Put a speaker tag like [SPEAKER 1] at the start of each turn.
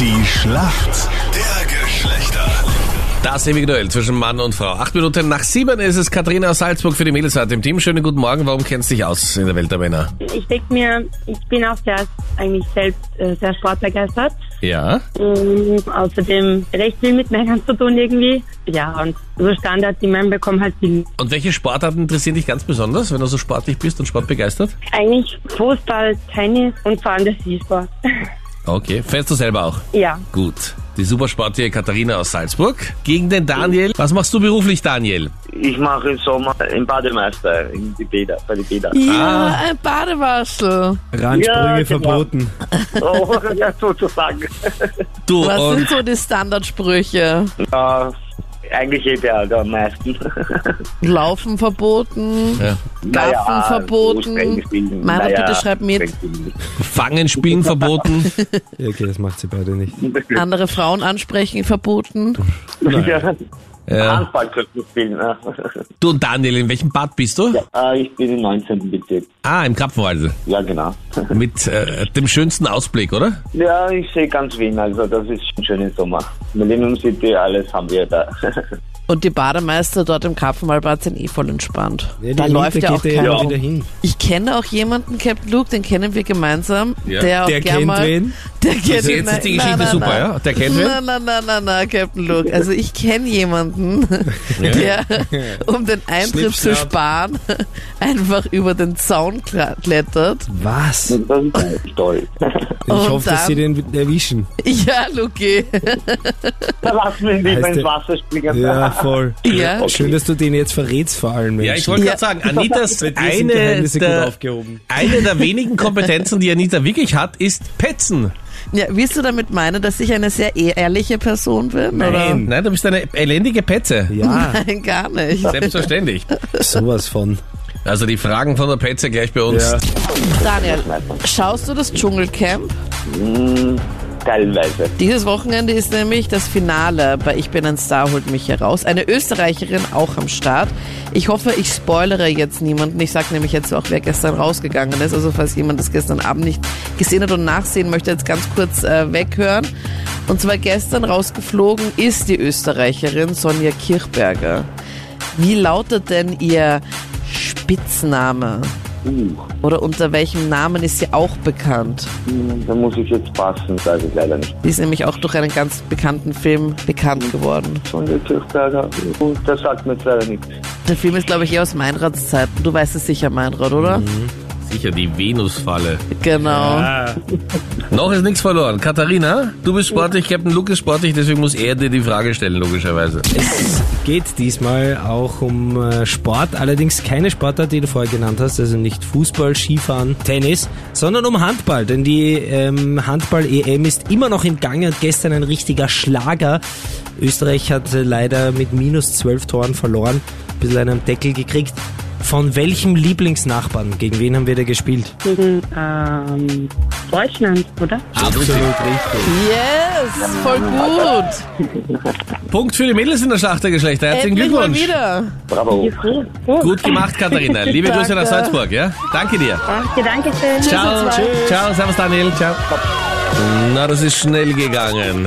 [SPEAKER 1] Die Schlacht der Geschlechter.
[SPEAKER 2] Das Semiduell zwischen Mann und Frau. Acht Minuten nach sieben ist es Katharina aus Salzburg für die Mädels hat im Team. Schönen guten Morgen. Warum kennst du dich aus in der Welt der Männer?
[SPEAKER 3] Ich denke mir, ich bin auch sehr, eigentlich selbst äh, sehr sportbegeistert.
[SPEAKER 2] Ja.
[SPEAKER 3] Und außerdem recht viel mit Männern zu tun irgendwie. Ja, und so Standards, die Männer bekommen halt viel.
[SPEAKER 2] Und welche Sportarten interessieren dich ganz besonders, wenn du so sportlich bist und sportbegeistert?
[SPEAKER 3] Eigentlich Fußball, Tennis und vor allem der Skisport.
[SPEAKER 2] Okay. Fährst du selber auch?
[SPEAKER 3] ja,
[SPEAKER 2] Gut. Die Supersportliche Katharina aus Salzburg gegen den Daniel. Was machst du beruflich, Daniel?
[SPEAKER 4] Ich mache im Sommer im Bademeister in die Bäder, bei den Bädern.
[SPEAKER 5] Ja,
[SPEAKER 2] Ah.
[SPEAKER 5] ein Badewaschel.
[SPEAKER 6] Randsprünge
[SPEAKER 4] Ja, genau.
[SPEAKER 6] verboten.
[SPEAKER 4] Oh, ja, sozusagen.
[SPEAKER 2] Du
[SPEAKER 5] Was
[SPEAKER 2] und
[SPEAKER 5] sind so die Standardsprüche?
[SPEAKER 4] Ja, eigentlich jeder halt am meisten.
[SPEAKER 5] Laufen verboten,
[SPEAKER 2] Ja.
[SPEAKER 5] Gaffen
[SPEAKER 4] Naja,
[SPEAKER 5] verboten.
[SPEAKER 4] Fußball spielen,
[SPEAKER 5] Meiner,
[SPEAKER 4] naja,
[SPEAKER 5] bitte schreib mit.
[SPEAKER 4] Fußball
[SPEAKER 2] Fangen, Spielen verboten.
[SPEAKER 6] Ja, okay, das macht sie beide nicht.
[SPEAKER 4] spielen.
[SPEAKER 5] andere Frauen ansprechen verboten.
[SPEAKER 4] Ja,
[SPEAKER 2] Ja.
[SPEAKER 4] Handball könnten spielen. ja.
[SPEAKER 2] Du und Daniel, in welchem Bad bist du?
[SPEAKER 4] Äh, Ich bin im 19. Bezirk.
[SPEAKER 2] Ah, im Krapfenwald.
[SPEAKER 4] Ja, genau.
[SPEAKER 2] Mit äh, dem schönsten Ausblick, oder?
[SPEAKER 4] Ja, ich sehe ganz Wien, also das ist schon schön im Sommer. Millennium City, alles haben wir da.
[SPEAKER 5] Und die Bademeister dort im Karpfenmalbad sind eh voll entspannt.
[SPEAKER 6] Ja, die
[SPEAKER 5] da
[SPEAKER 6] Linke
[SPEAKER 5] läuft ja auch
[SPEAKER 2] eh
[SPEAKER 6] geht ja
[SPEAKER 5] keiner.
[SPEAKER 6] immer wieder hin.
[SPEAKER 5] Ich kenne auch jemanden, Captain Luke, den kennen wir gemeinsam.
[SPEAKER 2] Ja.
[SPEAKER 5] Der, auch
[SPEAKER 6] Der
[SPEAKER 5] gern
[SPEAKER 6] kennt
[SPEAKER 5] mal,
[SPEAKER 6] wen?
[SPEAKER 5] Der kennt
[SPEAKER 2] Also jetzt
[SPEAKER 5] ihn-
[SPEAKER 2] ist die
[SPEAKER 5] Genau.
[SPEAKER 2] Geschichte
[SPEAKER 5] nein, nein,
[SPEAKER 2] super,
[SPEAKER 5] nein.
[SPEAKER 2] ja? Der kennt wen?
[SPEAKER 5] Nein, nein, nein, nein, nein, Captain Luke. Also ich kenne jemanden, der, um den Eintritt zu
[SPEAKER 6] Schnippschnapp.
[SPEAKER 5] sparen, einfach über den Zaun kla- klettert.
[SPEAKER 6] Was? Ich
[SPEAKER 4] Das ist eigentlich toll.
[SPEAKER 5] Und
[SPEAKER 6] hoffe,
[SPEAKER 5] dann-
[SPEAKER 6] dass sie den erwischen.
[SPEAKER 5] Ja, Luke.
[SPEAKER 4] Da lassen wir ihn
[SPEAKER 6] Heißt
[SPEAKER 4] lieber ins
[SPEAKER 6] der-
[SPEAKER 4] Wasser springen.
[SPEAKER 6] Ja, voll.
[SPEAKER 5] Ja.
[SPEAKER 6] Schön, dass du den jetzt verrätst vor allen Menschen.
[SPEAKER 2] Ja, ich wollte
[SPEAKER 5] Ja.
[SPEAKER 2] gerade sagen, Anitas
[SPEAKER 6] Mit dir sind
[SPEAKER 2] eine
[SPEAKER 6] Geheimnisse gut
[SPEAKER 2] der,
[SPEAKER 6] aufgehoben.
[SPEAKER 2] eine der wenigen Kompetenzen, die Anita wirklich hat, ist Petzen.
[SPEAKER 5] Ja, willst du damit meinen, dass ich eine sehr eh- ehrliche Person bin? Oder?
[SPEAKER 2] Nein, du bist eine elendige Petze.
[SPEAKER 6] Ja,
[SPEAKER 5] Nein, gar nicht.
[SPEAKER 2] Selbstverständlich.
[SPEAKER 6] sowas von.
[SPEAKER 2] Also die Fragen von der Petze gleich bei uns.
[SPEAKER 6] Ja.
[SPEAKER 5] Daniel, schaust du das Dschungelcamp?
[SPEAKER 4] Hm, Teilweise.
[SPEAKER 5] Dieses Wochenende ist nämlich das Finale bei Ich bin ein Star, holt mich hier raus. Eine Österreicherin auch am Start. Ich hoffe, ich spoilere jetzt niemanden. Ich sage nämlich jetzt auch, wer gestern rausgegangen ist. Also falls jemand das gestern Abend nicht gesehen hat und nachsehen möchte, jetzt ganz kurz äh, weghören. Und zwar gestern rausgeflogen ist die Österreicherin Sonja Kirchberger. Wie lautet denn ihr Spitzname?
[SPEAKER 4] Uh,
[SPEAKER 5] Oder unter welchem Namen ist sie auch bekannt?
[SPEAKER 4] da muss ich jetzt passen, sage ich leider nicht.
[SPEAKER 5] Die ist nämlich auch durch einen ganz bekannten Film bekannt geworden.
[SPEAKER 4] Von der Kirchberger, uh, das sagt mir jetzt leider nichts.
[SPEAKER 5] Der Film ist, glaube ich, eher aus Meinrads Zeiten. Du weißt es sicher, Meinrad, oder?
[SPEAKER 2] Sicher die Venusfalle.
[SPEAKER 5] Genau.
[SPEAKER 2] Noch ist nichts verloren. Katharina, du bist sportlich, Captain Luke ist sportlich, deswegen muss er dir die Frage stellen, logischerweise.
[SPEAKER 6] Es geht diesmal auch um äh, Sport, allerdings keine Sportart, die du vorher genannt hast, also nicht Fußball, Skifahren, Tennis, sondern um Handball, denn die ähm, Handball-EM ist immer noch im Gange und gestern ein richtiger Schlager. Österreich hat äh, leider mit minus zwölf Toren verloren, ein bisschen einen am Deckel gekriegt. Von welchem Lieblingsnachbarn, gegen wen haben wir da gespielt?
[SPEAKER 3] gegen ähm, Deutschland, oder?
[SPEAKER 6] Absolut richtig.
[SPEAKER 5] Yes, voll gut.
[SPEAKER 2] Punkt für die Mädels in der Schlacht der Geschlechter. Herzlichen
[SPEAKER 5] Endlich mal
[SPEAKER 2] Glückwunsch.
[SPEAKER 5] wieder.
[SPEAKER 4] Bravo.
[SPEAKER 3] Gut.
[SPEAKER 2] Gut gemacht, Katharina. Liebe Grüße nach
[SPEAKER 5] Danke.
[SPEAKER 2] Salzburg, ja? Danke dir.
[SPEAKER 3] Danke, danke schön.
[SPEAKER 2] Ciao. Ciao, servus Daniel. Ciao. Na, das ist schnell gegangen.